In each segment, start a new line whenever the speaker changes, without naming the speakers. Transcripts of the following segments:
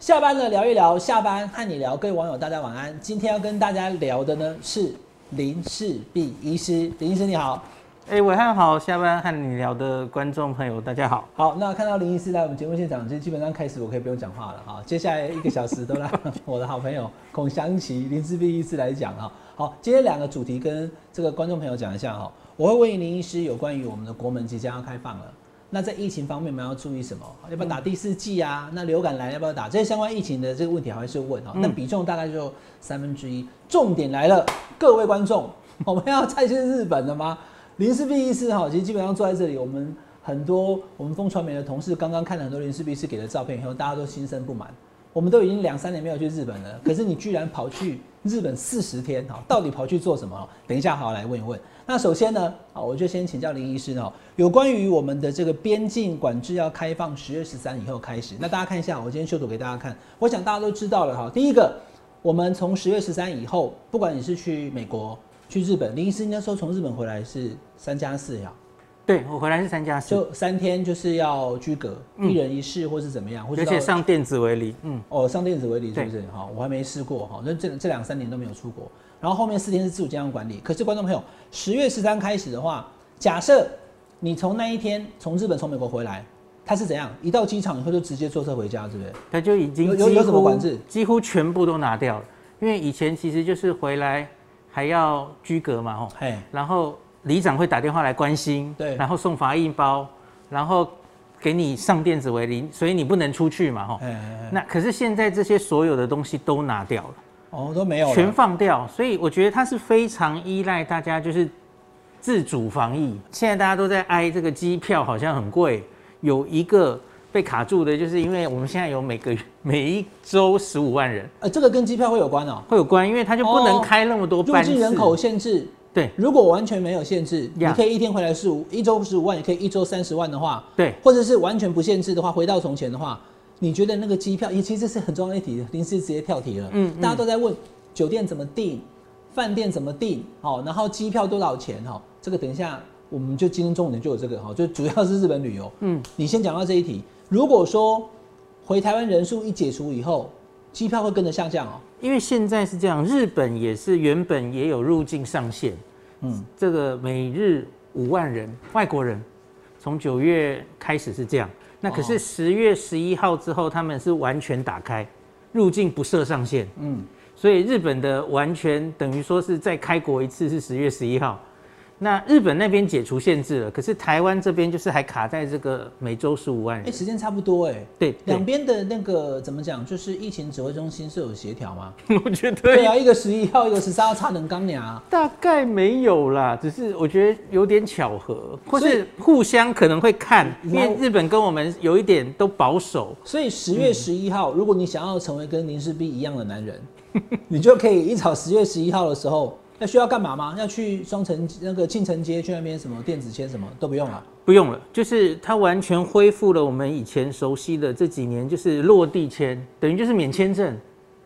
下班了聊一聊，下班和你聊，各位网友大家晚安。今天要跟大家聊的呢是林氏璧医师，林医师你好。
哎、伟汉好，下班和你聊的观众朋友大家好。
好，那看到林医师来我们节目现场，其实基本上开始我可以不用讲话了哈。接下来一个小时都让我的好朋友孔祥奇、林志斌医师来讲哈。好，今天两个主题跟这个观众朋友讲一下哈。我会问林医师有关于我们的国门即将要开放了，那在疫情方面我们要注意什么？要不要打第四剂啊？那流感来要不要打？这些相关疫情的这个问题还会是问哈。那比重大概就三分之一。重点来了，各位观众， 我们要再去日本了吗？林氏璧医师哈，其实基本上坐在这里，我们很多我们风传媒的同事刚刚看了很多林氏璧医师给的照片以后，大家都心生不满。我们都已经两三年没有去日本了，可是你居然跑去日本四十天哈，到底跑去做什么？等一下好好来问一问。那首先呢，啊，我就先请教林医师哦，有关于我们的这个边境管制要开放十月十三以后开始，那大家看一下，我今天修图给大家看，我想大家都知道了哈。第一个，我们从十月十三以后，不管你是去美国、去日本，林医师那时候从日本回来是三加四呀，
对我回来是参加四，
就三天就是要居隔，一人一室或是怎么样，或是
而
到
且上电子围篱，嗯，
哦，上电子围篱是不是？哈、我还没试过哈，那这这两三年都没有出国。然后后面四天是自主健康管理。可是观众朋友，十月十三开始的话，假设你从那一天从日本从美国回来，他是怎样？一到机场以后就直接坐车回家，是不是？
它就已经
有
几
有
乎
有什么管制
几乎全部都拿掉了，因为以前其实就是回来还要居隔嘛，吼，
嘿，
然后里长会打电话来关心，
对
然后送防疫包，然后给你上电子围篱，所以你不能出去嘛，吼。
哎哎，哎
那可是现在这些所有的东西都拿掉了。
哦，都没有
全
了。
放掉，所以我觉得它是非常依赖大家就是自主防疫。现在大家都在挨这个机票好像很贵，有一个被卡住的，就是因为我们现在有每个月每一周十五万人
呃，这个跟机票会有关哦。
会有关，因为他就不能
哦
开那么多
入
班次。
境人口限制，
对
如果完全没有限制，你
呀
可以一天回来十五，一周十五万，也可以一周三十万的话，
对，
或者是完全不限制的话，回到从前的话，你觉得那个机票，也其实是很重要的一题，临时直接跳题了。
嗯
大家都在问酒店怎么订，饭店怎么订，好，然后机票多少钱，哈，这个等一下我们就今天重点就有这个，哈，就主要是日本旅游。
嗯，
你先讲到这一题，如果说回台湾人数一解除以后，机票会跟着下降哦、
因为现在是这样，日本也是原本也有入境上限，
嗯
嗯，这个每日五万人外国人，从九月开始是这样。那可
哦
是十月十一号之后，他们是完全打开，入境不设上限，
嗯，
所以日本的完全等于说是再开国一次是十月十一号。那日本那边解除限制了，可是台湾这边就是还卡在这个每周十五万
哎、
人。
时间差不多哎、
对，
两
对，
边的那个怎么讲，就是疫情指挥中心是有协调 吗？
我觉得
对啊，一个十一号，一个十三号，差能刚俩啊。
大概没有啦，只是我觉得有点巧合，或
所以
是互相可能会看，因
那
为日本跟我们有一点都保守，
所以十
嗯
月十一号，如果你想要成为跟林世璧一样的男人， 你就可以一早十月十一号的时候，那需要干嘛吗？要去双城那个庆城街去那边什么电子签什么都不用啊了。
不用了，就是它完全恢复了我们以前熟悉的这几年，就是落地签，等于就是免签证，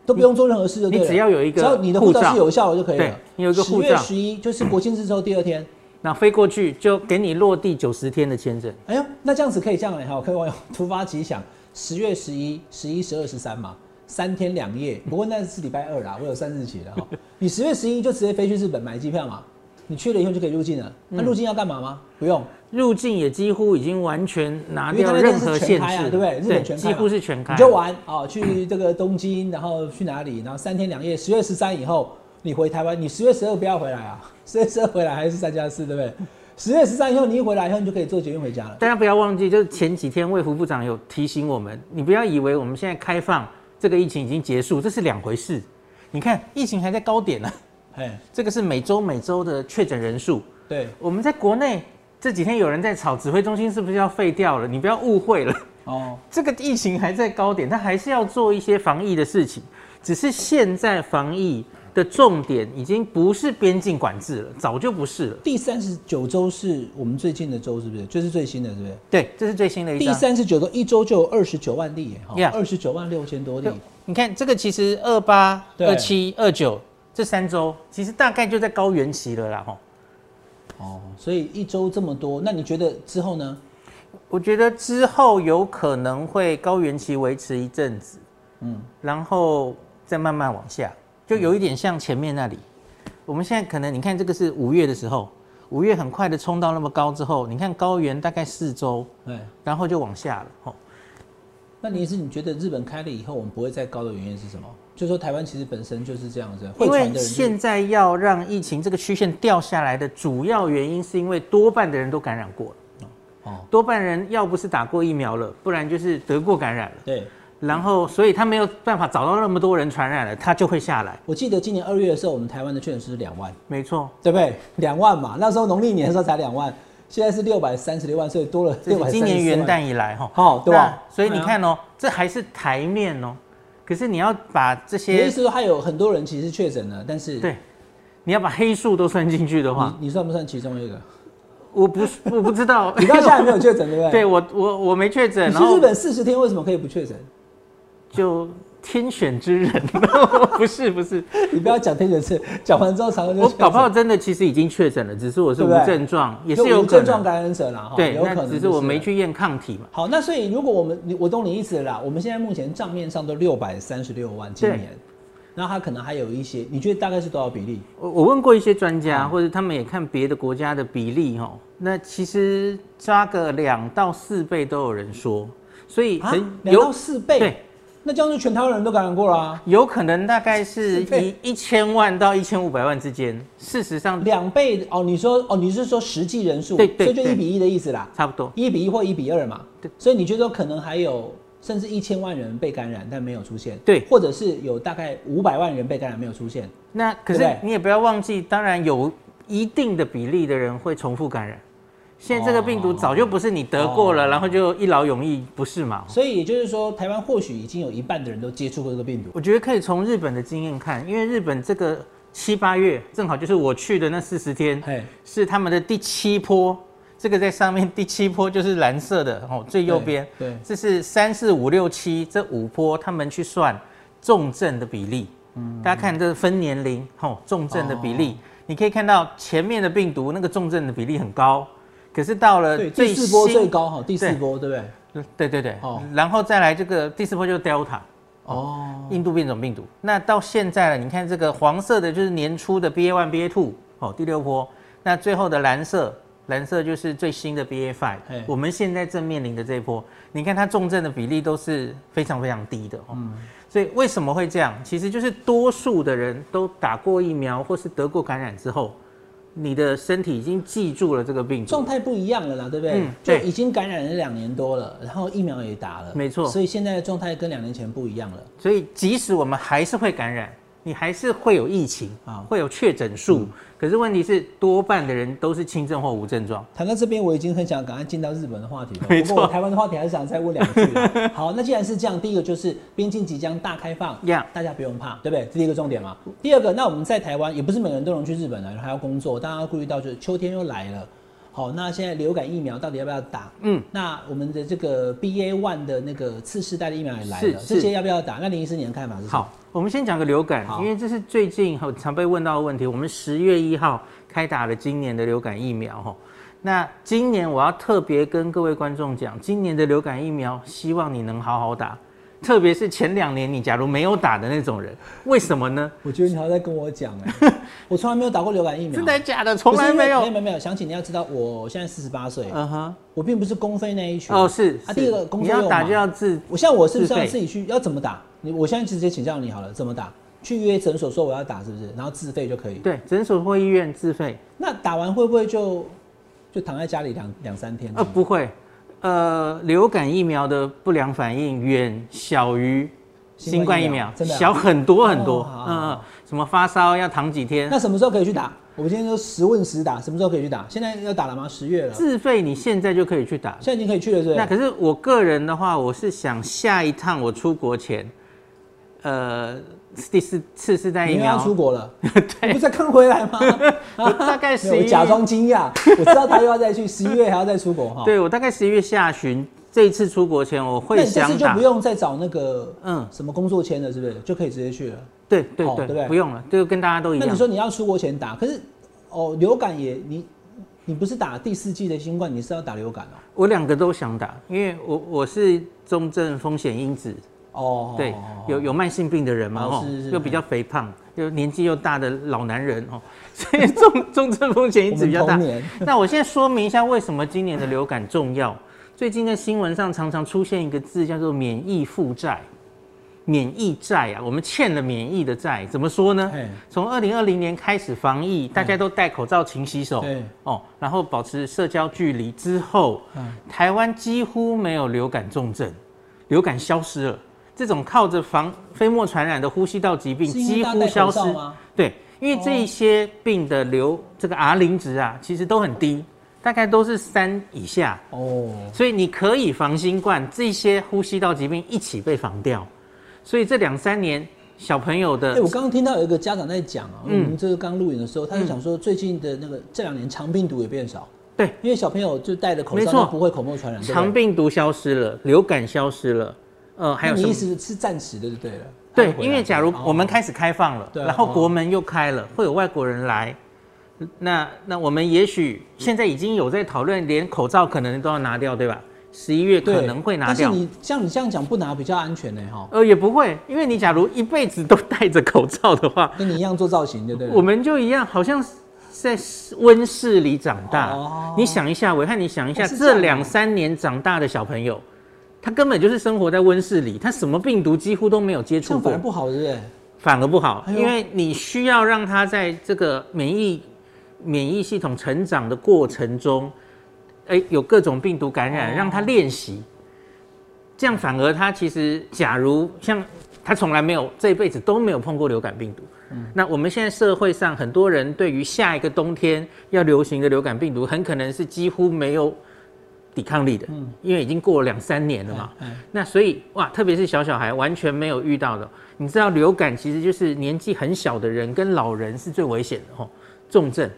都不用做任何事就对了。
你只要有一个
只要你的护照
护照
是有效的就可以了
对。你有一个护
十月
照
十一就是国庆日之后第二天。
那飞过去就给你落地九十天的签证，
哎呦，那这样子可以这样嘞哈，各位网友 突发奇想，十月十一、十一、十二、十三嘛，三天两夜。不过那是礼拜二啦，我有三日起了 哈。你十月十一就直接飞去日本买机票嘛，你去了以后就可以入境了。那
嗯
入境要干嘛吗？不用，
入境也几乎已经完全拿
因为
掉
那边
啊任
是
何
全
限
开啊
制了，
对不对日本全开嘛
几乎是全开
你，就玩啊、哦，去这个东京，然后去哪里，然后三天两夜。十月十三以后你回台湾，你十月十二不要回来啊， 十月十二回来还是三加四，对不对？十月十三以后你一回来以后，你就可以坐捷运回家了。
大家不要忘记，就是前几天卫福部长有提醒我们，你不要以为我们现在开放这个疫情已经结束，这是两回事。你看，疫情还在高点呢、
哎，
这个是每周每周的确诊人数。
对，
我们在国内这几天有人在吵，指挥中心是不是要废掉了？你不要误会了，
哦，
这个疫情还在高点，它还是要做一些防疫的事情，只是现在防疫的重点已经不是边境管制了，早就不是了。
第三十九周是我们最近的周，是不是？就是最新的，是不是？
对，这是最新的一
第
张。
三十九周一周就有二十九万例耶，哈
Yeah
二十九万六千多例
对，你看这个其实二八、
嗯对
二七、二九这三周，其实大概就在高原期了啦。吼，
哦，所以一周这么多，那你觉得之后呢？
我觉得之后有可能会高原期维持一阵子，
嗯，
然后再慢慢往下，就有一点像前面那里。我们现在可能你看这个是五月的时候，五月很快的冲到那么高之后，你看高原大概四周，
哎，
然后就往下了。哦，
那林医师，你觉得日本开了以后，我们不会再高的原因是什么？就说台湾其实本身就是这样子，会传
因为
的人就
现在要让疫情这个曲线掉下来的主要原因，是因为多半的人都感染过了，
哦，
多半人要不是打过疫苗了，不然就是得过感染了。
对，
然后，所以他没有办法找到那么多人传染了，他就会下来。
我记得今年二月的时候，我们台湾的确诊数是两万，
没错，
对不对？ 两万嘛，那时候农历年的时候才两万，现在是六百三十六万，所以多了
这
六
是
百。
今年元旦以来哈。
好对啊吧
那所以你看哦，这还是台面哦。可是你要把
你
这
的
些
意思，说还有很多人其实确诊了，但是
对，你要把黑数都算进去的话，
你你算不算其中一个？
我不是我不知道。
你到现在 还没有确诊，对不对？
对我我我没确诊，
你
然
去
后
日本四十天，为什么可以不确诊？
就天选之人， 不是不是，
你不要讲天选是，讲完之后常常就
我
确诊
搞不好真的其实已经确诊了，只是我是
对
无
不对
症状，也是
就
有
无
可
症状
能。
感染者啦，哈
对，
有可
那
能
只是我
就
没去验抗体嘛。
好，那所以如果我们你我懂你意思了啦，我们现在目前账面上都六百三十六万今
对
年，然后它可能还有一些，你觉得大概是多少比例？
我我问过一些专
嗯
家，或者他们也看别的国家的比例哦，那其实抓个两到四倍都有人说，所以
啊
很，
两到四倍，
对，
那这样就全台湾人都感染过了啊，
有可能大概是
四倍
一一千万到一千五百万之间，事实上
两倍哦，你说哦，你是说实际人数，
对对
所以就一
对
比一的意思啦，
差不多。
一比一或一比二嘛，
对，
所以你觉得可能还有甚至一千万人被感染但没有出现，
对哦
或者是有大概五百万人被感染没有出现，
那可
对
是
不对
你也不要忘记，当然有一定的比例的人会重复感染。现在这个病毒
哦
早就不是你得过了，
哦
然后就一劳永逸，不是嘛？
所以也就是说，台湾或许已经有一半的人都接触过这个病毒。
我觉得可以从日本的经验看，因为日本这个七八月正好就是我去的那四十天，
嘿，
是他们的第七波。这个在上面第七波就是蓝色的哦，最右边，
对对
这是三四五六七这五波，他们去算重症的比例。嗯，大家看这分年龄哦，重症的比例，你可以看到前面的病毒那个重症的比例很高，可是到了
对，
呃最
第四波
新
最，高哈，第四波对不对？
对对对，
哦
然后再来这个第四波就是 Delta，
哦，
印度变种病毒。那到现在了，你看这个黄色的就是年初的 BA one、BA two 哦，第六波。那最后的蓝色，蓝色就是最新的 BA five
嘿。
我们现在正面临的这一波，你看它重症的比例都是非常非常低的哦。所以为什么会这样？其实就是多数的人都打过疫苗或是得过感染之后，你的身体已经记住了这个病
状
毒。
态不一样了啦，对不对？
嗯
就
对
已经感染了两年多了，然后疫苗也打了，
没错
所以现在的状态跟两年前不一样了。
所以即使我们还是会感染，你还是会有疫情
啊
啊，会有确诊数。可是问题是，多半的人都是轻症或无症状。
谈到这边，我已经很想赶快进到日本的话题了。
没
不
错
过我台湾的话题还是想再问两句啦。好，那既然是这样，第一个就是边境即将大开放
Yeah
大家不用怕，对不对？这是一个重点嘛。第二个，那我们在台湾也不是每个人都能去日本的，还要工作，大家要顾虑到就是秋天又来了。好，那现在流感疫苗到底要不要打？
嗯，
那我们的这个 B A one 的那个次世代的疫苗也来了，
是是
这些要不要打？那林医师你的看法是什么？
好，我们先讲个流感
好，
因为这是最近很常被问到的问题。我们十月一号开打了今年的流感疫苗吼。那今年我要特别跟各位观众讲，今年的流感疫苗，希望你能好好打，特别是前两年你假如没有打的那种人，为什么呢？
我觉得你好像在跟我讲哎、我从来没有打过流感疫苗，
真的假的？从
不
来
是
没
因为没有
有。
没有没有。想起你要知道，我现在四十八岁，
嗯哼。
我并不是公费那一群
哦，是
啊，
是
第二个工
你
作
要
又
打
忙
就要自
我像我是不是要
自费
自己去？要怎么打？你我现在直接请教你好了，怎么打？去约诊所说我要打是不是？然后自费就可以。
对诊所或医院自费
那打完会不会就就躺在家里两两三天？
啊、不会，呃，流感疫苗的不良反应远小于
新
新
冠
冠
疫
疫
苗
苗，
真的啊
小很多很多
哦好好，
嗯、
好
嗯什么发烧要躺几天
那，什么时候可以去打？我们今天就实问实打，什么时候可以去打？现在要打了吗？十月了，现
自费你现在就可以去打。
在已经可以去了，是不是？
那可是我个人的话，我是想下一趟我出国前，呃，第四次世代
你
疫
又要出
苗，
国 了，你不是才刚回来吗？啊
我大概
没有
十
我
一
假装惊讶，我知道他又要再去，十一月还要再出国哈。
对我大概十一月下旬这一次出国前，
那
我会
你这
想
次就
打
不。用再找那个嗯
嗯
什么工作签了，是不是就可以直接去了？
对对
哦
对，
对不对
不用了，就跟大家都一
那
样。
你说你要出国前打，可是哦流感也你你不是打第四季的新冠，你是要打流感哦？
我两个都想打，因为我我是中症风险因子
哦，
对
哦哦，
有有慢性病的人嘛，
哦
哦
是是，
又比较肥胖，又年纪又大的老男人哦，所以重 重症风险因
我
子
们
比较
童
大。
年
那我现在说明一下为什么今年的流感重要。最近在新闻上常常出现一个字叫做免疫负债，免疫债啊，我们欠了免疫的债，怎么说呢
嘿？
从二零二零年开始防疫，大家都戴口罩、勤洗手，
对
哦，然后保持社交距离之后，
嗯
台湾几乎没有流感重症，流感消失了。这种靠着防飞沫传染的呼吸道疾病
是因为
几
大家
乎
戴口
消失
罩。吗？哦
对，因为这一些病的流这个 R 零值啊，其实都很低，大概都是三以下，
哦，
所以你可以防新冠，这些呼吸道疾病一起被防掉。所以这两三年小朋友
哎、
的
我刚刚听到有一个家长在讲啊，
嗯
我们这个刚录影的时候，他就讲说最近的那个这两年肠病毒也变少，
对
因为小朋友就戴着口
没
罩，
错
他不会口沫传染。对不对
肠病毒消失了，流感消失了，呃，还有
那
什
你
么
意？思是暂时的就对了。还
对
会，回来
因为假如
哦
我们开始开放了，
对啊
然后
哦
国门又开了，会有外国人来，那那我们也许现在已经有在讨论，连口罩可能都要拿掉，对吧？十一月
对
可能会拿掉
但是。你像你这样讲不拿比较安全呢，哈，
呃，也不会，因为你假如一辈子都戴着口罩的话，
跟你一样做造型，对不对？
我们就一样，好像是在温室里长大。
哦
你想一下，伟汉，你想一下，
哦是这样
这
哦
两三年长大的小朋友，他根本就是生活在温室里，他什么病毒几乎都没有接
这
触
样
过
反而，不好，对不对？
反而不好，
哎呦
因为你需要让他在这个免疫免疫系统成长的过程中，哎，有各种病毒感染，
哦
让他练习。这样反而他其实，假如像他从来没有这一辈子都没有碰过流感病毒，
嗯
那我们现在社会上很多人对于下一个冬天要流行的流感病毒，很可能是几乎没有抵抗力的，
嗯
因为已经过了两三年了嘛。
哎，
那所以哇，特别是小小孩完全没有遇到的，你知道流感其实就是年纪很小的人跟老人是最危险的哦，重症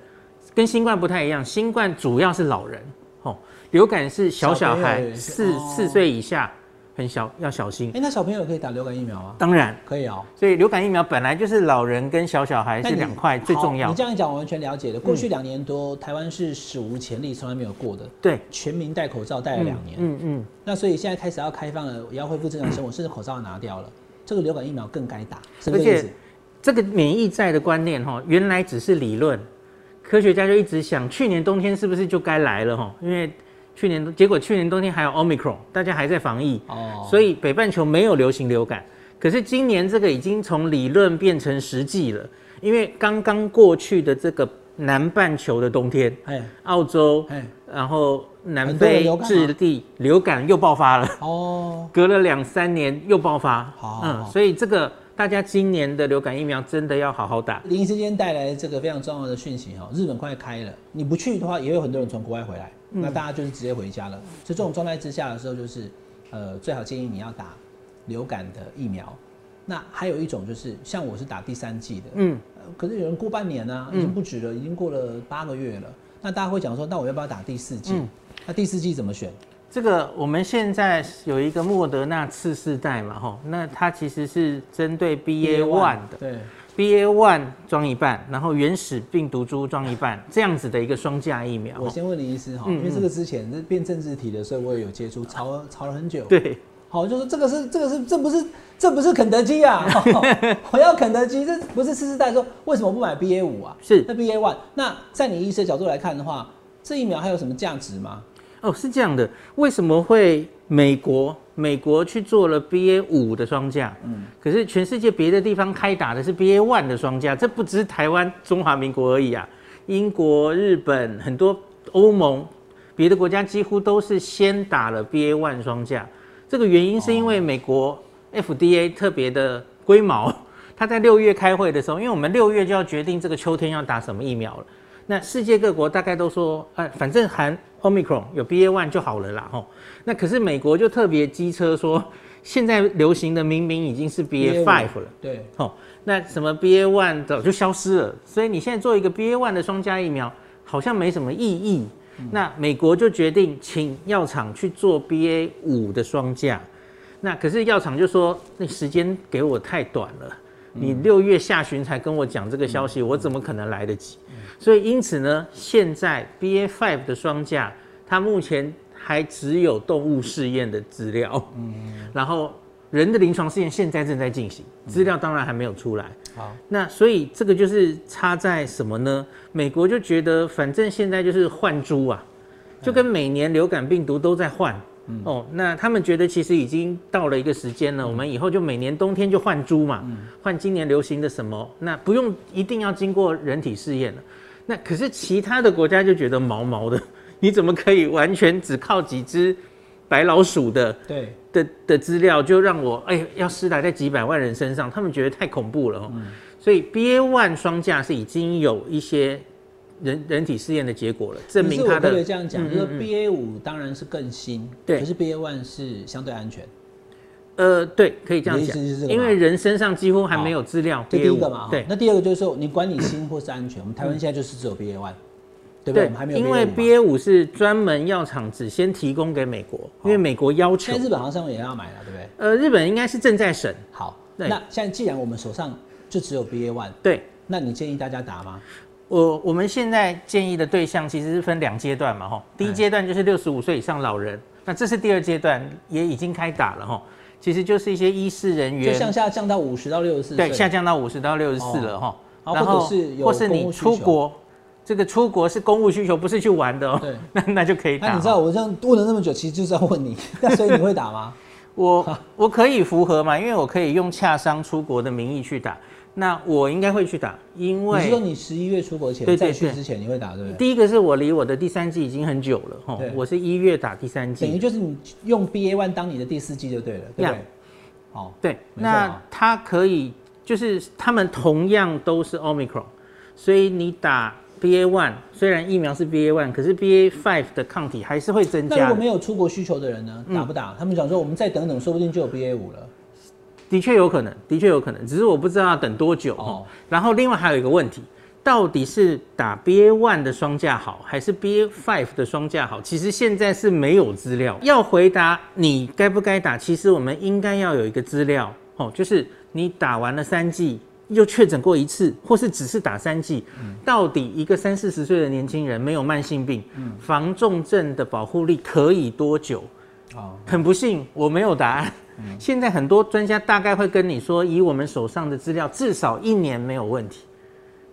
跟新冠不太一样，新冠主要是老人哦，流感是小
小
小
朋友
孩
也是
四
哦
四岁以下很小要小心，
哎，那小朋友可以打流感疫苗吗？
当然。
可以哦。
所以流感疫苗本来就是老人跟小小孩
那
是
你
两块最
好
重要嗯
你，这样一讲，我完全了解了。过去两年多，台湾是史无前例，从来没有过的，
对，
全民戴口罩戴了
嗯
两年。
嗯嗯，
那所以现在开始要开放了，也要恢复正常生活，甚至口罩拿掉了，这个流感疫苗更该打，是不是这
而
个
且
意思？
这个免疫债的观念哈，原来只是理论，科学家就一直想，去年冬天是不是就该来了哈？因为去年结果去年冬天还有 omicron，大家还在防疫，
哦，
所以北半球没有流行流感。可是今年这个已经从理论变成实际了，因为刚刚过去的这个南半球的冬天，
哎
澳洲，
哎，
然后南
很多人
非
流、感啊
智利流感又爆发了。
哦，
隔了两三年又爆发，
好好
嗯，
好
所以这个大家今年的流感疫苗真的要好好打。
林医师今天带来这个非常重要的讯息哈，日本快开了，你不去的话，也有很多人从国外回来，
嗯
那大家就是直接回家了。所以这种状态之下的时候，就是呃，最好建议你要打流感的疫苗。那还有一种就是，像我是打第三剂的，
嗯，
呃可是有人过半年啊，已经不止了，已经过了八个月了。那大家会讲说，那我要不要打第四剂？
嗯
那第四剂怎么选？
这个我们现在有一个莫德纳次世代嘛，吼，那它其实是针对 BA one 的哦
对，
，BA one 装一半，然后原始病毒株装一半，这样子的一个双价疫苗。
我
吼
先问林医师哈，
嗯
因为这个之前这变政治题的，所以我也有接触，吵吵了很久。
对，
好，就说这个是这个是这不是这不是肯德基 啊！我要肯德基，这不是次世代说为什么不买 BA 五啊？
是
那 BA one，那在你医师的角度来看的话，这疫苗还有什么价值吗？
哦，是这样的，为什么会美国美国去做了 BA 五的双价？嗯，可是全世界别的地方开打的是 BA one 的双价，这不只是台湾中华民国而已啊，英国、日本很多欧盟别的国家几乎都是先打了 BA one 双价。这个原因是因为美国 FDA 特别的龟毛， 它在六月开会的时候，因为我们六月就要决定这个秋天要打什么疫苗了。那世界各国大概都说，呃，反正含 Omicron 有 BA one 就好了啦，吼。那可是美国就特别机车说，现在流行的明明已经是
BA5
BA five 了，
对，
哦，那什么 BA one 早就消失了，所以你现在做一个 BA one 的双价疫苗，好像没什么意义。那美国就决定请药厂去做 BA 五的双价，那可是药厂就说那时间给我太短了，你六月下旬才跟我讲这个消息，我怎么可能来得及？所以因此呢，现在 BA five 的双价，它目前还只有动物试验的资料，然后人的临床试验现在正在进行，资料当然还没有出来。
好，
那所以这个就是差在什么呢？美国就觉得反正现在就是换株啊，就跟每年流感病毒都在换。哦，那他们觉得其实已经到了一个时间了，我们以后就每年冬天就换株嘛，换今年流行的什么，那不用一定要经过人体试验了。那可是其他的国家就觉得毛毛的， 你怎么可以完全只靠几只白老鼠的
对，
的的资料，就让我哎、要施打在几百万人身上，他们觉得太恐怖了哦。
嗯
所以 BA one 双价是已经有一些人人体试验的结果了，证
可
明
是
它
我特
的
别这样讲，
嗯
就是
嗯嗯
BA 五当然是更新，
对
可是 BA one 是相对安全。
呃，对，可以这样
你的
讲
意思是这，个
因
吗
为人身上几乎还没有资料。
这
BA1
第一个嘛，哈
对
那第二个就是说，你管你新或是安全，我们台湾现在就是只有 BA one，对不对？我们还没有 BA
因为
BA。
BA 五是专门药厂只先提供给美国，因为美国要求
现在。日本好像也要买了，对不对？
呃，日本应该是正在审，
好，
对
那现在既然我们手上就只有 BA one，
对。
那你建议大家打吗？
呃我我们现在建议的对象其实是分两阶段嘛，吼，第一阶段就是六十五岁以上老人，那这是第二阶段，也已经开打了，吼，其实就是一些医师人
就
员
向下降到五十到六十四岁，
对下降到五十到六十四了，吼、
哦
然
或者是有
或是
公务
你
需求
出国，这个出国是公务需求，不是去玩的哦
对，
那那就可以打。
那你知道我这样问了那么久，其实就是要问 你，那所以你会打吗？
我我可以符合嘛？因为我可以用洽商出国的名义去打，那我应该会去打，因
你是说
为
你十一月出国前
对
再
对
去
对
之前你会打，对不对？
第一个是我离我的第三季已经很久了，吼
对，
我是一月打第三
等于
季，
就是你用 BA one 当你的第四季就对了，对不对
呀？
好，
对，
没错啊
那它可以就是他们同样都是 omicron，所以你打 BA one 虽然疫苗是 BA one，可是 BA five 的抗体还是嗯会增
那如
加
果
的，
没有出国需求的人呢，打不打？他们想说我们再等等，说不定就有 BA 五了。
的确有可能，的确有可能，只是我不知道要等多久。
哦
哦、然后另外还有一个问题，到底是打 BA one 的双价好，还是 BA five 的双价好？其实现在是没有资料。要回答你该不该打，其实我们应该要有一个资料哦，就是你打完了三剂。又确诊过一次，或是只是打三剂，到底一个三四十岁的年轻人没有慢性病，防重症的保护力可以多久？
哦，
很不幸，我没有答案。现在很多专家大概会跟你说，以我们手上的资料，至少一年没有问题，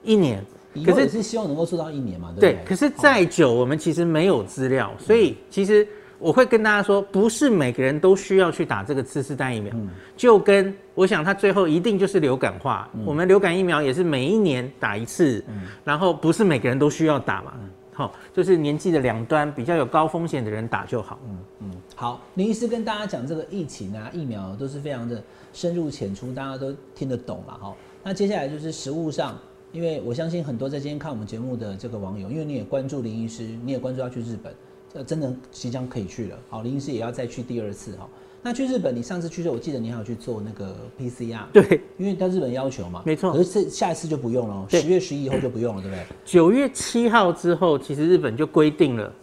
一年。
以
可
后也
是
是希望能够做到一年嘛，对不
对
对？，
可是再久，我们其实没有资料，所以其实我会跟大家说，不是每个人都需要去打这个次世代疫苗，就跟我想它最后一定就是流感化，我们流感疫苗也是每一年打一次，然后不是每个人都需要打嘛，好、就是年纪的两端比较有高风险的人打就好。
好，林医师跟大家讲这个疫情啊、疫苗都是非常的深入浅出，大家都听得懂了哈。那接下来就是实物上，因为我相信很多在今天看我们节目的这个网友，因为你也关注林医师，你也关注他去日本，这真的即将可以去了。好，林医师也要再去第二次哈。那去日本，你上次去的时候，我记得你还有去做那个 PCR，
对，
因为他日本要求嘛，
没错
可是这下一次就不用了哦，
对
十月十一以后就不用了，对不对？
九月七号之后，其实日本就规定了，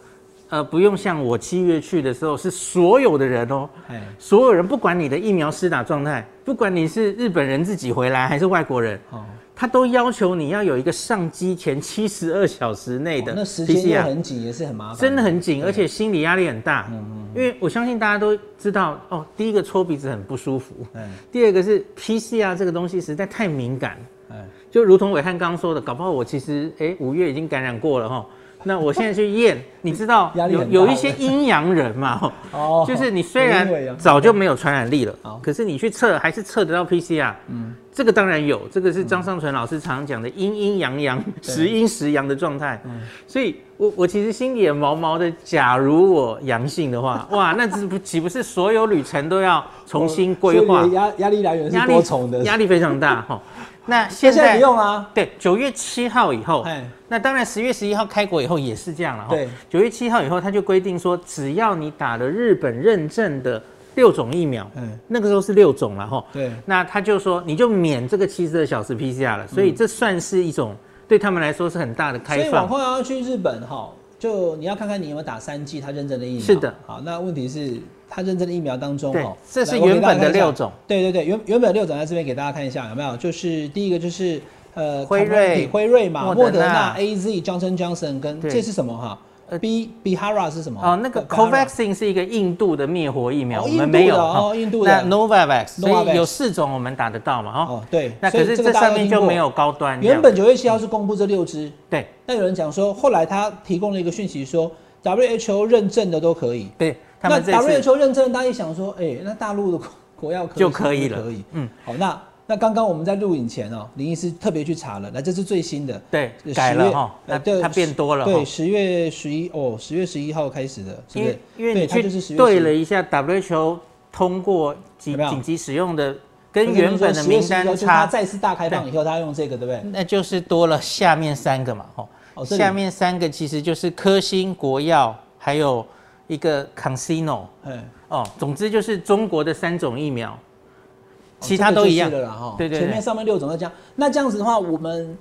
呃，不用像我七月去的时候，是所有的人哦，
哎，
所有人不管你的疫苗施打状态，不管你是日本人自己回来还是外国人，
好、
他都要求你要有一个上机前七十二小时内
哦
的
那时间又
PCR，
很嗯紧，也是很麻烦，
真的很紧，而且心理压力很
嗯
大。因为我相信大家都知道，哦，第一个搓鼻子很不舒服，
哎
第二个是 PCR 这个东西实在太敏感了。
哎，
就如同伟汉刚刚说的，搞不好我其实哎五月已经感染过了哈。那我现在去验， 你知道
压力
有
很大
有一些阴阳人 嘛，吼
哦
就是你虽
有阴阳
然早就没有传染力了
好，
可是你去测还是测得到 PCR，嗯，这个当然有，这
嗯
个是张尚存老师常讲的阴阴阳阳、时阴时阳的状态，
嗯
所以我我其实心里也毛毛的。假如我阳性 的话，哇，那这不岂不是所有旅程都要重新规
哦
划
所以你？的压压力来源是多重的，
压力非常大哈。吼 那
现
现
在
在
不用啊，
对，九月七号以后
哎，
那当然十月十一号开国以后也是这样了哈
对。
九月七号以后，他就规定说，只要你打了日本认证的六种疫苗，
嗯
嗯，那个时候是六种了哈。
对嗯
那他就说你就免这个七十二小时 PCR 了，所以这算是一种对他们来说是很大的
所
开
以往
放。
后要去日本哈，就你要看看你有没有打三剂他认证的疫苗。
是的，
好，那问题是他认证的疫苗当中
对
哈，
这是
来我给
原本
大家看一下
的六种
对对对，原原本的六种在这边给大家看一下有没有？就是第一个就是呃，
辉瑞
Comirnaty，辉瑞嘛，
莫
莫德
德
纳
纳、
A Z、Johnson Johnson 跟
对
这是什么哈？
呃
B Bihara 是什么？
哦，那个
Bihara
Covaxin 是一个印度的灭活疫苗，
哦
我
印
们
度
没有
的哦
哈
印度的
那 Novavax，所
Novavax
以有四种我们打得到嘛哈。
哦，对，
那
所
可
以个
是这
大家
上
都
面
听
就
过
没有高端这样。
原本九月七号是公布这六支，
对
那有人讲说，后来他提供了一个讯息说，WHO 认证的都可以。
对，他
那
们这次
WHO 认证，大家一想说，哎、那大陆的国国药科
就可
是
以
不是
了
可以。
嗯，
好，那那刚刚我们在录影前哦，林医师特别去查了，来，这是最新的。
对
10月
改了哈，
呃
那
对
它变多了哈
对，。十月十一哦，十月十一号开始的，是
因
不是
为？因为
对，
你
它就是十
去
月
对
11
了一下 WHO 通过紧
有没有
紧急使用的
就
跟
是
原本
说
的
10月
名
11号
单
就是它
差，
再次大开放以后，他用这个，对不对？
那就是多了下面三个嘛吼。
哦这里
下面三个其实就是科兴、国药，还有一个 Cansino。
嗯，
哦，总之就是中国的三种疫苗，
哦
其他都一样。
这个就是了啦哈。
对对对
前面上面六种都这样，那这样子的话，我们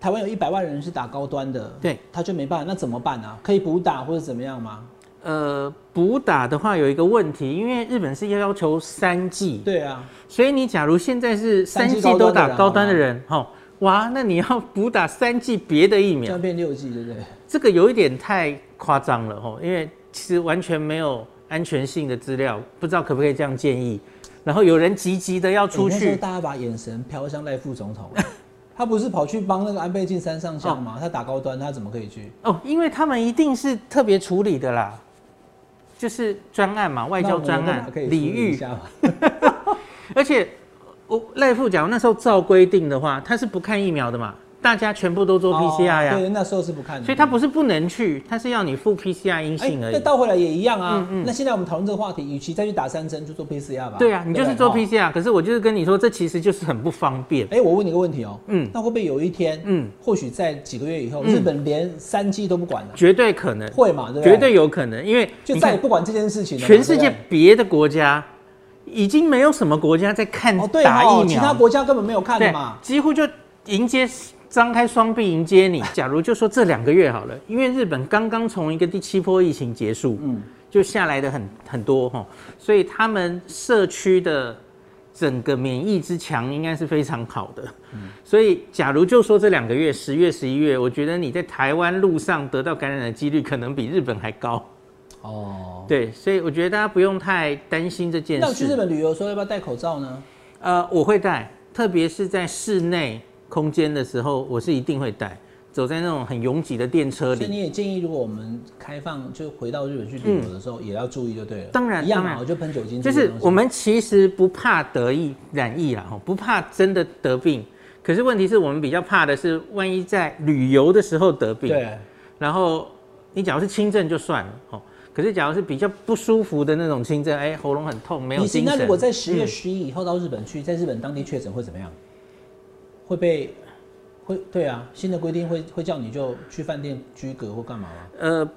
台湾有一百万人是打高端的，
对，
他就没办法，那怎么办啊？可以补打或者怎么样吗？
呃，补打的话有一个问题，因为日本是要要求三剂，
对啊，
所以你假如现在是三
三剂
剂都打
高
高
端
端
的
的人，哈、哇，那你要补打三剂别的疫
这
苗
样，变六剂，对不对？
这个有一点太夸张了，哈，因为其实完全没有安全性的资料，不知道可不可以这样建议。然后有人急急的要出
欸那时候
去，
大家把眼神飘向赖副总统，他不是跑去帮那个安倍晋三上香吗？他打高端，他怎么可以去？
哦，因为他们一定是特别处理的啦，就是专案嘛，外交
那
专
我们
案
干嘛可以，
礼
处理一
遇，
下吗？
而且我赖副讲那时候照规定的话，他是不看疫苗的嘛，大家全部都做 PCR 呀、
哦对，那时候是不看的，
所以他不是不能去，他是要你付 PCR 阴
哎。
性而
那
已。
倒回来也一样啊
嗯。嗯
那现在我们讨论这个话题，与其再去打三针，就做 PCR 吧。
对啊，你就是
不对
做
哦
PCR，可是我就是跟你说，这其实就是很不方便。
哎、我问你一个问题哦、
嗯
那会不会有一天，嗯
嗯，
或许在几个月以后，
嗯
日本连三 G 都不管了？
绝对可能，
会嘛，对不对？
绝对有可能，因为
就
你
再
看
也不管这件事情了嘛。
全世界
对
别的国家已经没有什么国家在看
不对哦，对
打
哦
疫苗，
其他国家根本没有看的
对
嘛。
几乎就迎接张开双臂迎 接你。假如就说这两个月好了，因为日本刚刚从一个第七波疫情结束，
嗯，
就下来的很很多哈，所以他们社区的整个免疫之墙应该是非常好的。
嗯
所以假如就说这两个月，十月、十一月，我觉得你在台湾路上得到感染的几率可能比日本还高。
哦，
对，所以我觉得大家不用太担心这件
那我去日
事。
本旅游的时候要不要戴口罩呢？
呃，我会戴，特别是在室内空间的时候，我是一定会戴。走在那种很拥挤的电车
所以
里，
你也建议，如果我们开放，就回到日本去旅游的时候，也要注意就对了。
嗯当然
一样
当
嘛，
然
我就喷酒精这
就
些东西。
是我们其实不怕得疫染疫啦，吼不怕真的得病。可是问题是我们比较怕的是，万一在旅游的时候得病，
对，
然后你假如是轻症就算了，哦，可是假如是比较不舒服的那种轻症，哎，喉咙很痛，没有
你是
精神。
那如果在十月
嗯
十一以后到日本去，在日本当地确诊会怎么样？会被会对啊，新的规定会会叫你就去饭店居隔或干嘛吗？
呃，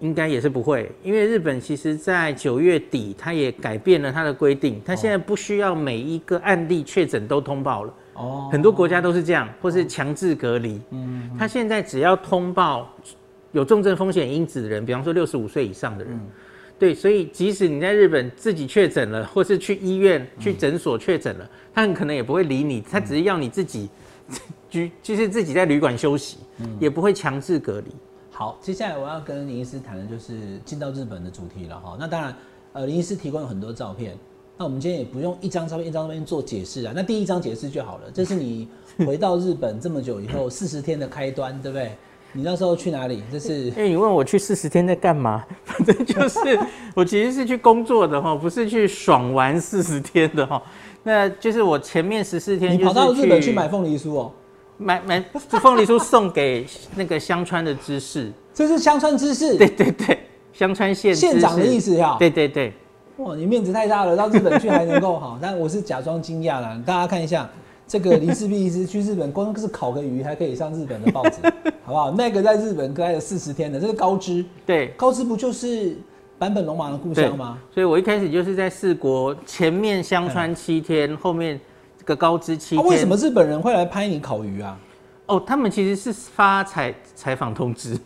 应该也是不会，因为日本其实在九月底，它也改变了它的规定，它现在不需要每一个案例确诊都通报了，
哦，
很多国家都是这样，或是强制隔离。嗯，它现在只要通报有重症风险因子的人，比方说六十五岁以上的人。对，所以即使你在日本自己确诊了，或是去医院、去诊所确诊了，他很可能也不会理你，他只是要你自己居，就是自己在旅馆休息，也不会强制隔离。
好，接下来我要跟林医师谈的就是进到日本的主题了哈。那当然，呃，林医师提供了很多照片，那我们今天也不用一张照片一张照片做解释啊。那第一张解释就好了，这是你 回到日本这么久以后四十天的开端，对不对？你那时候去哪里？这 是
哎因为你问我去四十天在干嘛， 反正就是我其实是去工作的哈，不是去爽玩四十天的哈。那就是我前面十四天
你
就是
跑到日本去买凤梨酥哦、
买买凤梨酥送给那个香川的知识，
这是香川知识，
对对对，香川县知识
县长的意思啊呀、
对对对，
哇，你面子太大了，到日本去还能够好，但 我是假装惊讶啦。大家看一下，这个林世璧医师去日本，光是烤个鱼还可以上日本的报纸，好不好？那个在日本待了四十天的，这个高知，
对
高知不就是坂本龙马的故
对
乡吗？？
所以我一开始就是在四国前面香川七天，后面这个高知七
嗯啊，
天。
为什么？日本人会来拍你烤鱼啊？
哦，他们其实是发采采访通知，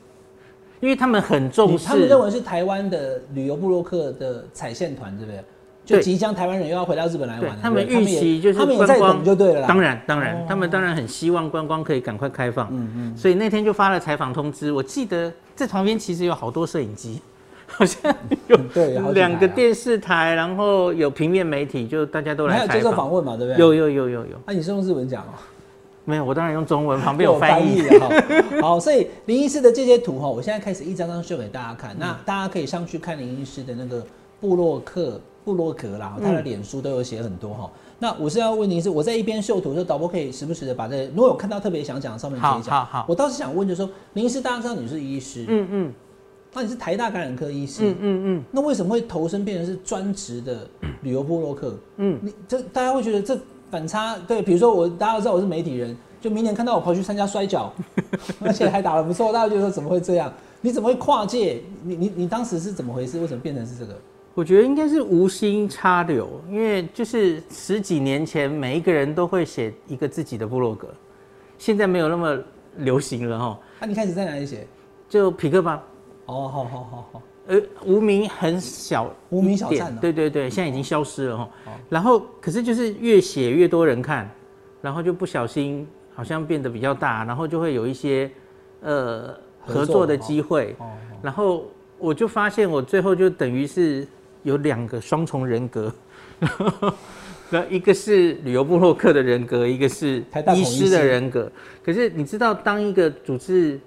因为他们很重
你
视。
他们认为是台湾的旅游部落客的踩线团，对不对？就
对
即将台湾人又要回到日本来玩
对
了，
他们
对不
预
对
期就是
他们也他
观
们也在等
光
就对了啦。
当，然当然
哦，
他们当然很希望观光可以赶快开放，
嗯嗯，
所以那天就发了采访通知。我记得这旁边其实有好多摄 影机，好像有
对好几台啊
两个电视台，然后有平面媒体，就大家都
你还
来
有
采
接受
访。
访问嘛？对不对？
有。有有有有，
啊，你是用日文讲哦、
没有我当然用中文，旁边
有啊
有翻译。
了哈。好，所以林医师的这些图哈，我现在开始一张张秀给大家看。
嗯
那大家可以上去看林医师的那个布洛克布洛格啦，
嗯
他的脸书都有写很多哈。那我是要问您是，我在一边秀图的时候，导播可以时不时的把这，如果有看到特别想讲的，上面直
好
接讲。
好好，
我倒是想问，就是说林医师，大家知道你是医师，
嗯嗯
那你是台大感染科医师，
嗯嗯嗯
那为什么会投身变成是专职的旅游部落客？
嗯，
你这大家会觉得这反差对，比如说我大家都知道我是媒体人，就明年看到我跑去参加摔跤， 而且还打得不错，大家就说怎么会这样？你怎么会跨界？你你你当时是怎么回事？为什么变成是这个？
我觉得应该是无心插柳，因为就是十几年前，每一个人都会写一个自己的部落格，现在没有那么流行了哈。
啊，你开始在哪里写？
就匹克吧，
哦，好好好好，
呃，无名很小一点，
无名小站哦
对对对，现在已经消失了哈
哦。
然后可是就是越写越多人看，然后就不小心好像变得比较大，然后就会有一些呃
合作
合作的
哦
机会。
哦，哦
然后我就发现，我最后就等于是有两个双重人格，然后一个是旅游部落客的人格，一个是
台大孔
医
医
师的
师
人格。可是你知道，当一个主治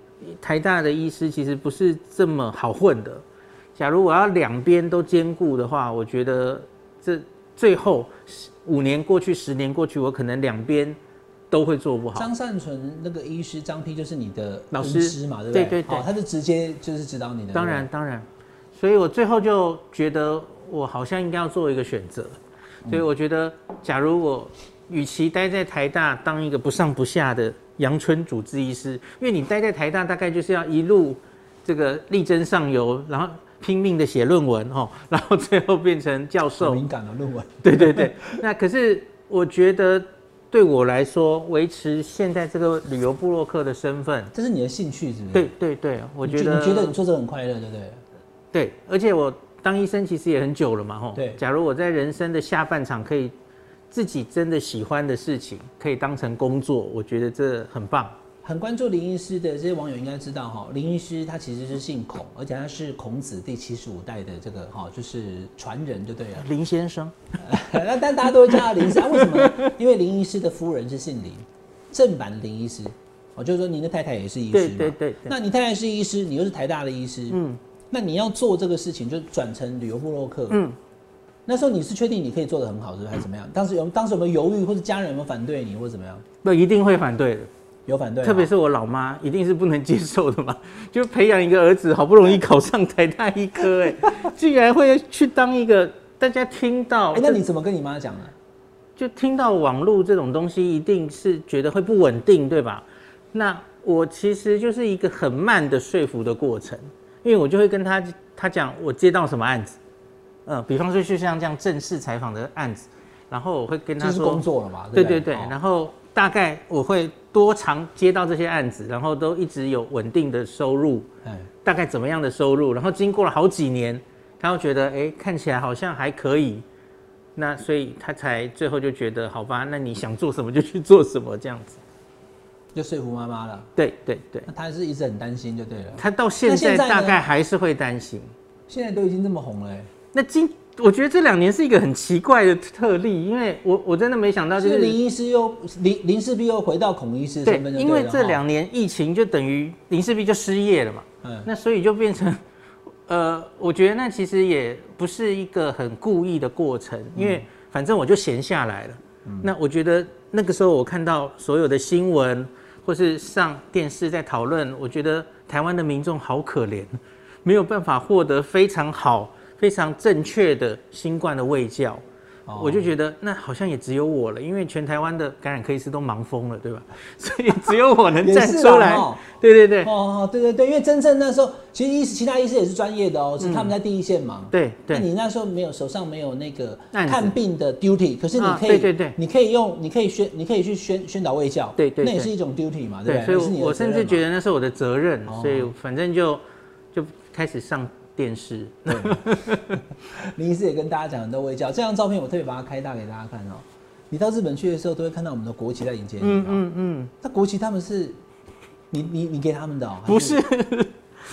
台大的医师，其实不是这么好混的。假如我要两边都兼顾的话，我觉得这最后十五年过去、十年过去，我可能两边都会做不好。
张善存那个医师张批就是你的
老师
恩师嘛，对不对？
对对对
好他是直接就是指导你的。
当然，当然，所以我最后就觉得我好像应该要做一个选择，所以我觉得，假如我与其待在台大当一个不上不下的阳春主治医师，因为你待在台大大概就是要一路这个力争上游，然后拼命的写论文哦，然后最后变成教
对不对，好
授，
敏感的论文。
对对对，那可是我觉得对我来说，维持现在这个旅游部落客的身份，
这是你的兴趣，是不是？
对对对，我
你
觉得
你觉得你做这个很快乐，对不对？
对，而且我当医生其实也很久了嘛，吼。
对
假如我在人生的下半场可以自己真的喜欢的事情，可以当成工作，我觉得这很棒。
很关注林医师的这些网友应该知道哈，林医师他其实是姓孔，而且他是孔子第七十五代的这个哈，就是传人就对了。
林先生，
那但大家都会叫他林医师，啊、为什么 呢？因为林医师的夫人是姓林，正版的林医师。哦，就是说您的太太也是医师
对
嘛
对对对
那你太太是医师，你又是台大的医师，嗯，那你要做这个事情，就转成旅游部落客，嗯
嗯。
那时候你是确定你可以做得很好，是不是？还是怎么样？当时有当时有没有犹豫，或者家人有没有反对你，或者怎么样？
那一定会反对的，
有反对啊吗，
特别是我老妈，一定是不能接受的嘛。 就培养一个儿子，好不容易考上台大医 科，哎，竟然会去当一个大家听到，
哎、那你怎么跟你妈讲呢、
就听到网络这种东西，一定是觉得会不稳定，对吧？那我其实就是一个很慢的说服的过程，因为我就会跟他他讲我接到什么案子，嗯、比方说就像这样正式采访的案子，然后我会跟他
就是
说
工，作了嘛，
对
不
对对，
哦
然后大概我会多长接到这些案子，然后都一直有稳定的收入，
哎，
大概怎么样的收入，然后经过了好几年，他会觉得哎、诶看起来好像还可以，那所以他才最后就觉得好吧，那你想做什么就去做什么这样子。
就说服妈妈了。
对对对，
那她是一直很担心，就对了。
他到现
现
在
在呢
大概还是会担心。
现在都已经这么红了、哎
那今我觉得这两年是一个很奇怪的特例，因为我我真的没想到就
就是
是
欸林医师又林林世璧又回到孔医师的
对
身份，就
因为
了
这
哈
两年疫情就等于林世璧就失业了嘛，
嗯，
那所以就变成， 呃，我觉得那其实也不是一个很故意的过程，因
嗯
为反正我就闲下来了。那我觉得那个时候我看到所有的新闻或是上电视在讨论，我觉得台湾的民众好可怜，没有办法获得非常好、非常正确的新冠的卫教。
哦
我就觉得那好像也只有我了，因为全台湾的感染科医师都忙疯了，对吧？ 所以只有我能
也
站
是
出
啦
来
哦。
对对对
哦哦，对对对，因为真正那时候其实医师其他医师也是专业的哦，只是他们在第一线忙。
嗯对对
那。你那时候没有手上没有那个
案子
看病的 duty，可是你
啊
可以，
对对对
你可以用，你可以宣，你可以去宣宣导卫教，
对对
那也
对
是一种 duty 嘛，对
对，
不对？那
所以
是你的
我我
责
甚至
任嘛
觉得那是我的责任，
哦
所以反正就就开始上电视。
林医师也跟大家讲很多微笑，这张照片我特别把它开大给大家看哦。你到日本去的时候，都会看到我们的国旗在迎接你。啊
嗯
嗯嗯。
嗯嗯，
那国旗他们是你你你给他们的、哦？还
不是，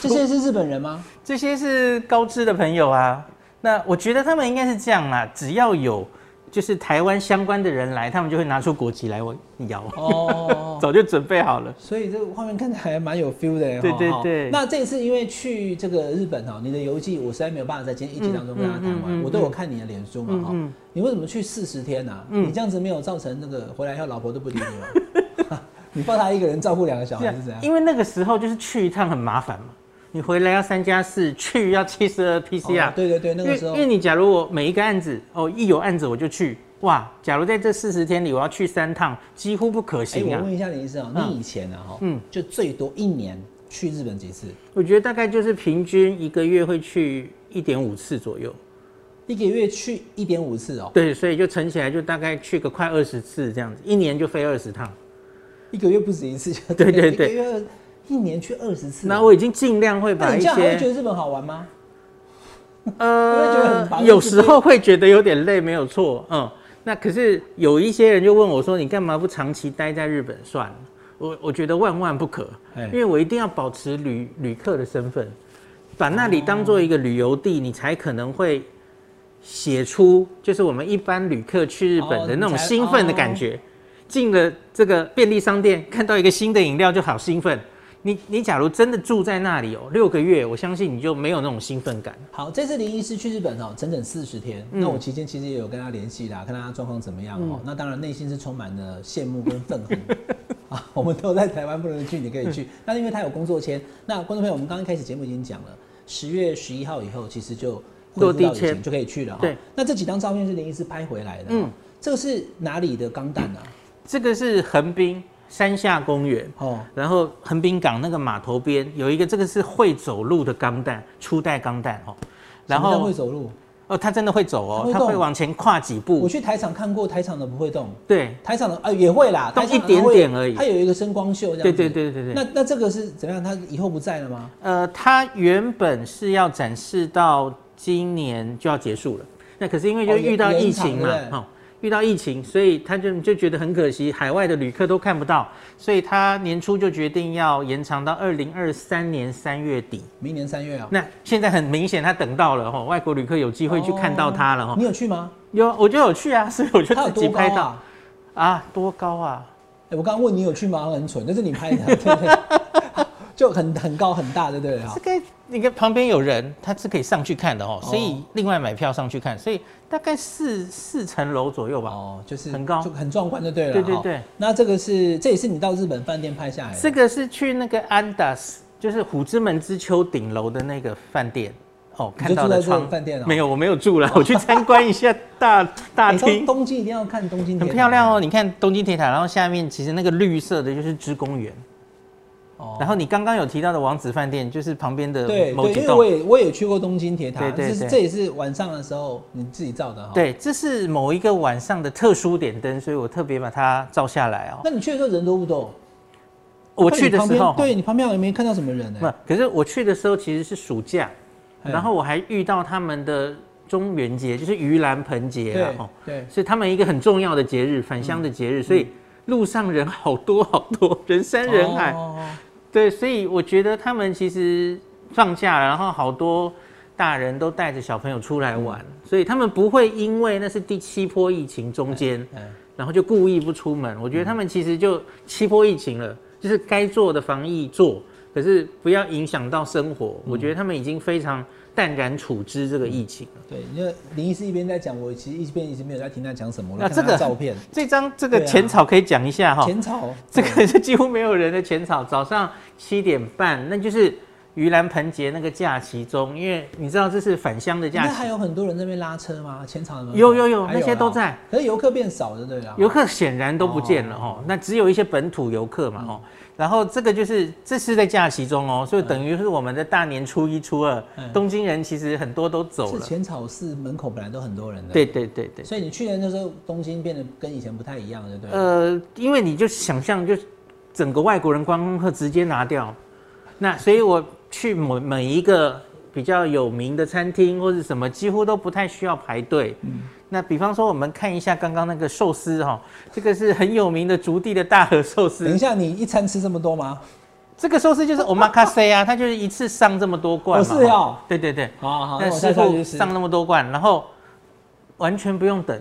这些是日本人 吗？
这些是高知的朋友啊。那我觉得他们应该是这样啦，只要有就是台湾相关的人来，他们就会拿出国旗来我摇，
哦，
早就准备好了。
所以这个画面看起来还蛮有 feel 的耶。
对
哈
对
哈
对
那这一次因为去这个日本哈，哦你的游记我实在没有办法在今天一集当中跟大家谈
嗯嗯嗯
完，
嗯
我都有看你的脸书嘛哈
嗯嗯。
你为什么去四十天啊？
嗯
你这样子没有造成那个回来以后老婆都不理你吗？ 你抱他一个人照顾两个小孩
这样
是怎样？
啊因为那个时候就是去一趟很麻烦嘛，你回来要三加四，去要七十二 PCR，、
哦对对对，那
因
个
为啊
时候
因为你假如我每一个案子哦，一有案子我就去，哇，假如在这四十天里我要去三趟，几乎不可
哎、
行啊。
我问一下林医生啊、你以前啊哈，嗯
嗯，
就最多一年去日本几次？
我觉得大概就是平均一个月会去一点五次左右，
一个月去一点五次哦，
对，所以就乘起来就大概去个快二十次这样子，一年就飞二十趟。
一个月不止一次就
对对对
一个月一年去二十次哦。
那我已经尽量会把
那
一
你这样还会觉
些
得日本好玩吗？会觉得很
呃
烦，
有时候会觉得有点累，没有错，嗯。那可是有一些人就问我说：“你干嘛不长期待在日本算了？”我我觉得万万不可，
哎
因为我一定要保持旅旅客的身份，把那里当做一个旅游地，你才可能会写出就是我们一般旅客去日
哦
本的那
你
种
才哦
兴奋的感觉。进了这个便利商店，看到一个新的饮料就好兴奋。你你假如真的住在那里哦，六个月，我相信你就没有那种兴奋感。
好，这次林医师去日本哦，整整四十天。
嗯
那我期间其实也有跟他联系啦，看他状况怎么样哦。那当然内心是充满了羡慕跟愤恨 啊。我们都在台湾不能去，你可以去。那因为他有工作签，那观众朋友，我们刚刚开始节目已经讲了，十月十一号以后其实就
落地
恢复到以前
签
就可以去了、哦。
对，
那这几张照片是林医师拍回来的、嗯
嗯，
这个是哪里的钢弹啊？
这个是横滨山下公园，
哦，
然后横滨港那个码头边有一个，这个是会走路的钢弹，初代钢弹哦。 然
什么叫
后
会走路。
哦，它真的会走
它
哦
会，
它
动
会往前跨几
我
步，
去台场看过，台场的不会动。
对
台场的啊也会啦，
动
台场的
一点点而已
它有一个声光秀这样子。
对对对对对
那那这个是怎么样？它以后不在了吗？
呃，它原本是要展示到今年就要结束了，那可是因为就
哦延
遇到疫情
延长
嘛
对不，对
哦，遇到疫情，所以他就就觉得很可惜，海外的旅客都看不到，所以他年初就决定要延长到二零二三年三月底。
明年三月啊、
那现在很明显，他等到了哈，外国旅客有机会去看到他了哈。
你有去吗？
有，我就有去啊， 所以我就
它有
哦 自己
多
拍
高
到
啊？
啊，多高啊？
哎我刚刚问你有去吗？很蠢，那是你拍的，对不 对？ 就很很高很大，对不对啊
这？个你看旁边有人，他是可以上去看的哦，
哦
所以另外买票上去看，所以大概四四层楼左右吧。
哦，就是
很高
就很壮观就对了。
对对
哈
对。
那这个是这也是你到日本饭店拍下来的。
这个是去那个安达斯，就是虎之门之丘顶楼的那个饭店哦，
你就
看到的
住在这个
窗
饭店哦
没有，我没有住了，我去参观一下 大大
哎东
厅。
东京一定要看东京，
很漂亮
哦。
哦，你看东京铁塔，然后下面其实那个绿色的就是芝公园，
哦
然后你刚刚有提到的王子饭店，就是旁边的
对
某
对，
几
因为我
栋。
也我也去过东京铁塔，
对对
这是
对
这也是晚上的时候你自己照的哈。。
对，这是某一个晚上的特殊点灯，所以我特别把它照下来哦。
那你去的时候人多不多？
我去的
看你
时
旁
候，
边对你旁边好像没看到什么人呢、
不，可是我去的时候其实是暑假，
嗯
然后我还遇到他们的中元节，就是盂兰盆节啊，
对
哦，
对，嗯
是他们一个很重要的节日，返乡的节日，所以路上人好多好多，人山人海。
哦
对，所以我觉得他们其实放假了，然后好多大人都带着小朋友出来玩，所以他们不会因为那是第七波疫情中间，
嗯
然后就故意不出门。我觉得他们其实就七波疫情了，就是该做的防疫做，可是不要影响到生活。我觉得他们已经非常淡然处之这个疫情了。
对，因为林医师一边在讲，我其实一边一直没有在听他讲什么。我来
那
看他
这个
照片，
这张这个
对啊
浅草可以讲一下哈，
浅草，
这个
嗯
是几乎没有人的浅草，早上七点半，那就是盂兰盆节那个假期中，因为你知道这是返乡的假
那
期
还，有很多人在那边拉车吗？浅草的门口
有有有
还啦啊
那些都在，
可是游客变少了，对啦。
游客显然都不见了哦，那只有一些本土游客
嗯
嘛哦，然后这个就是这是在假期中哦，所以等于是我们的大年初一、初二
嗯，
东京人其实很多都走
是
了，
浅草寺门口本来都很多人的，，
对对对对，
所以你去年那时候东京变得跟以前不太一样了，对不对？
呃，因为你就想象就整个外国人观光客直接拿掉，那所以我去每每一个比较有名的餐厅或是什么，几乎都不太需要排队。
嗯
那比方说，我们看一下刚刚那个寿司哈、这个是很有名的竹地的大和寿
等一
司，
下，你一餐吃这么多吗？
这个寿司就是 omakase 啊，它就是一次上这么多罐嘛。
哦是哦
对对对，
好好，
那
我
师
下次
傅
去吃。
上那么多罐，然后完全不用等。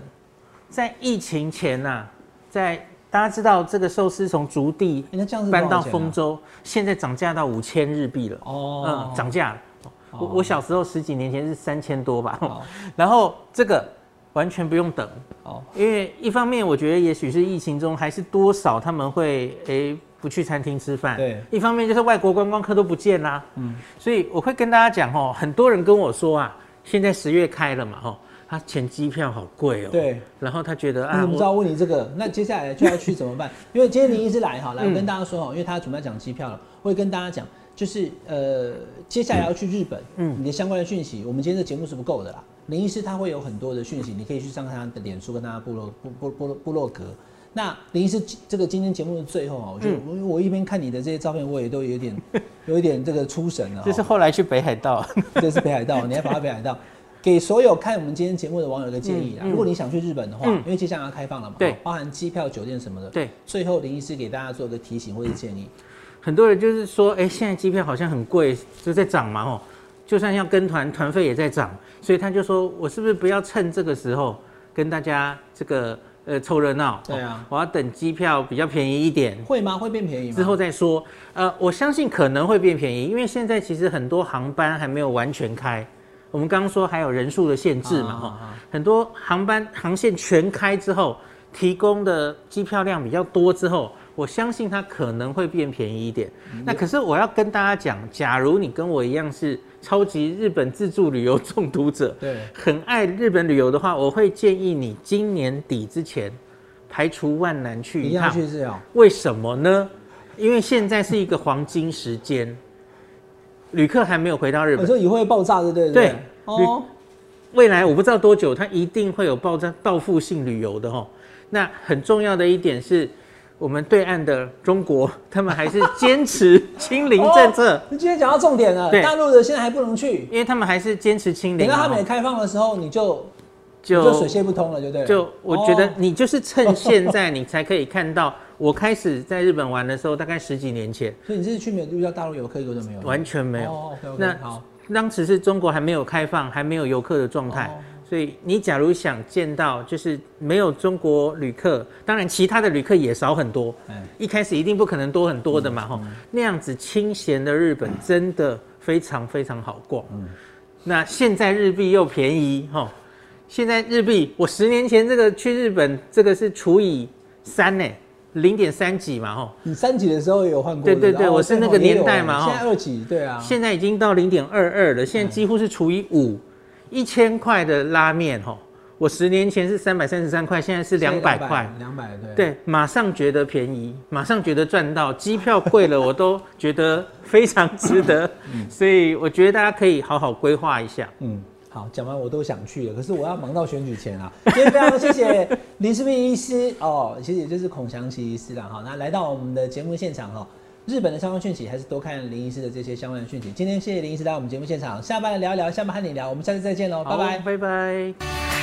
在疫情前呐、啊在大家知道这个寿司从竹地
哎那这样子多少
搬到
钱啊
丰州，现在涨价到五千日币了。
哦，
嗯，涨价了。我我小时候十几年前是三千多吧，
好
然后这个完全不用等，
好
因为一方面我觉得也许是疫情中还是多少他们会诶、不去餐厅吃饭，
对
一方面就是外国观光客都不见啦、
嗯
嗯，所以我会跟大家讲哦，很多人跟我说啊，现在十月开了嘛，哦，他前机票好贵哦，
对，
然后他觉得
你
啊
怎，么嗯知道问你这个？那接下来就要去怎么 办？因为今天您一直来
嗯
哈，来我跟大家说哈，因为他准备要讲机票了，我会跟大家讲，就是呃，接下来要去日本，嗯
嗯，
你的相关的讯息，我们今天的节目是不够的啦。林医师他会有很多的讯息，你可以去上他的脸书跟他的部落部部部落部落格。那林医师这个今天节目的最后啊，我就、
嗯
我我一边看你的这些照片，我也都有点有一点这个出神 了哈。
这是后来去北海道，
这是北海道，你还跑到北海道。给所有看我们今天节目的网友一个建议啦，啊
嗯嗯
如果你想去日本的话，
嗯
因为接下来要开放了嘛，
对
哦包含机票、酒店什么的。
对，
最后林医师给大家做一个提醒或者建议，
很多人就是说，哎、现在机票好像很贵，就在涨嘛，吼，就算要跟团，团费也在涨，所以他就说我是不是不要趁这个时候跟大家这个呃凑热闹？
对啊
哦我要等机票比较便宜一点
会吗？会变便宜吗？
之后再说。呃，我相信可能会变便宜，因为现在其实很多航班还没有完全开，我们刚刚说还有人数的限制嘛，
啊
吼、
啊啊
很多航班航线全开之后，提供的机票量比较多之后，我相信它可能会变便宜一点。
嗯
那可是我要跟大家讲，假如你跟我一样是超级日本自助旅游中毒者，
对
很爱日本旅游的话，我会建议你今年底之前排除万难去
一
一
样
趟。
去这样。
为什么呢？因为现在是一个黄金时间，旅客还没有回到日
你
本。
说以后会爆炸，对不对？
对
哦，
未来我不知道多久，它一定会有爆炸报复性旅游的哦。那很重要的一点是，我们对岸的中国，他们还是坚持清零政策，
你哦今天讲到重点了，
对啊
大陆的现在还不能去，
因为他们还是坚持清
等
零
到
嘛
他
哦。
们也开放的时候，你就你就水
就
泄不通了，对不对？
就我觉得
哦
你就是趁现在，你才可以看到。我开始在日本玩的时候，大概十几年前，
所以你这次去没有遇到大陆游客一个都没有，
完全没有。
哦，OK，OK，
那
好，
当时是中国还没有开放，还没有游客的状态，
哦
所以你假如想见到就是没有中国旅客，当然其他的旅客也少很多，
哎，嗯
一开始一定不可能多很多的嘛，吼、那样子清闲的日本真的非常非常好逛。
嗯
那现在日币又便宜，吼、现在日币我十年前这个去日本这个是除以三呢，零点三几嘛，吼、
你三级的时候也有换过，
对对
不
对
哦
我是那
正
个
好也有
年代嘛
哎
哦
现在二级，对啊，
现在已经到零点二二了，现在几乎是除以五，一千块的拉面吼，我十年前是三百三十三块，现在是两百块，，
两百对。
对，马上觉得便宜，马上觉得赚到，机票贵了我都觉得非常值得，所以我觉得大家可以好好规划一下。
嗯，好，讲完我都想去了，可是我要忙到选举前啊。 今天非常谢谢林世斌医师哦，其实也就是孔祥奇医师啦哈，那来到我们的节目现场哈。日本的相关讯息还是多看林医师的这些相关的讯息。今天谢谢林医师来我们节目现场，下班聊一聊，下班和你聊，我们下次再见喽，拜
好
拜。
拜拜。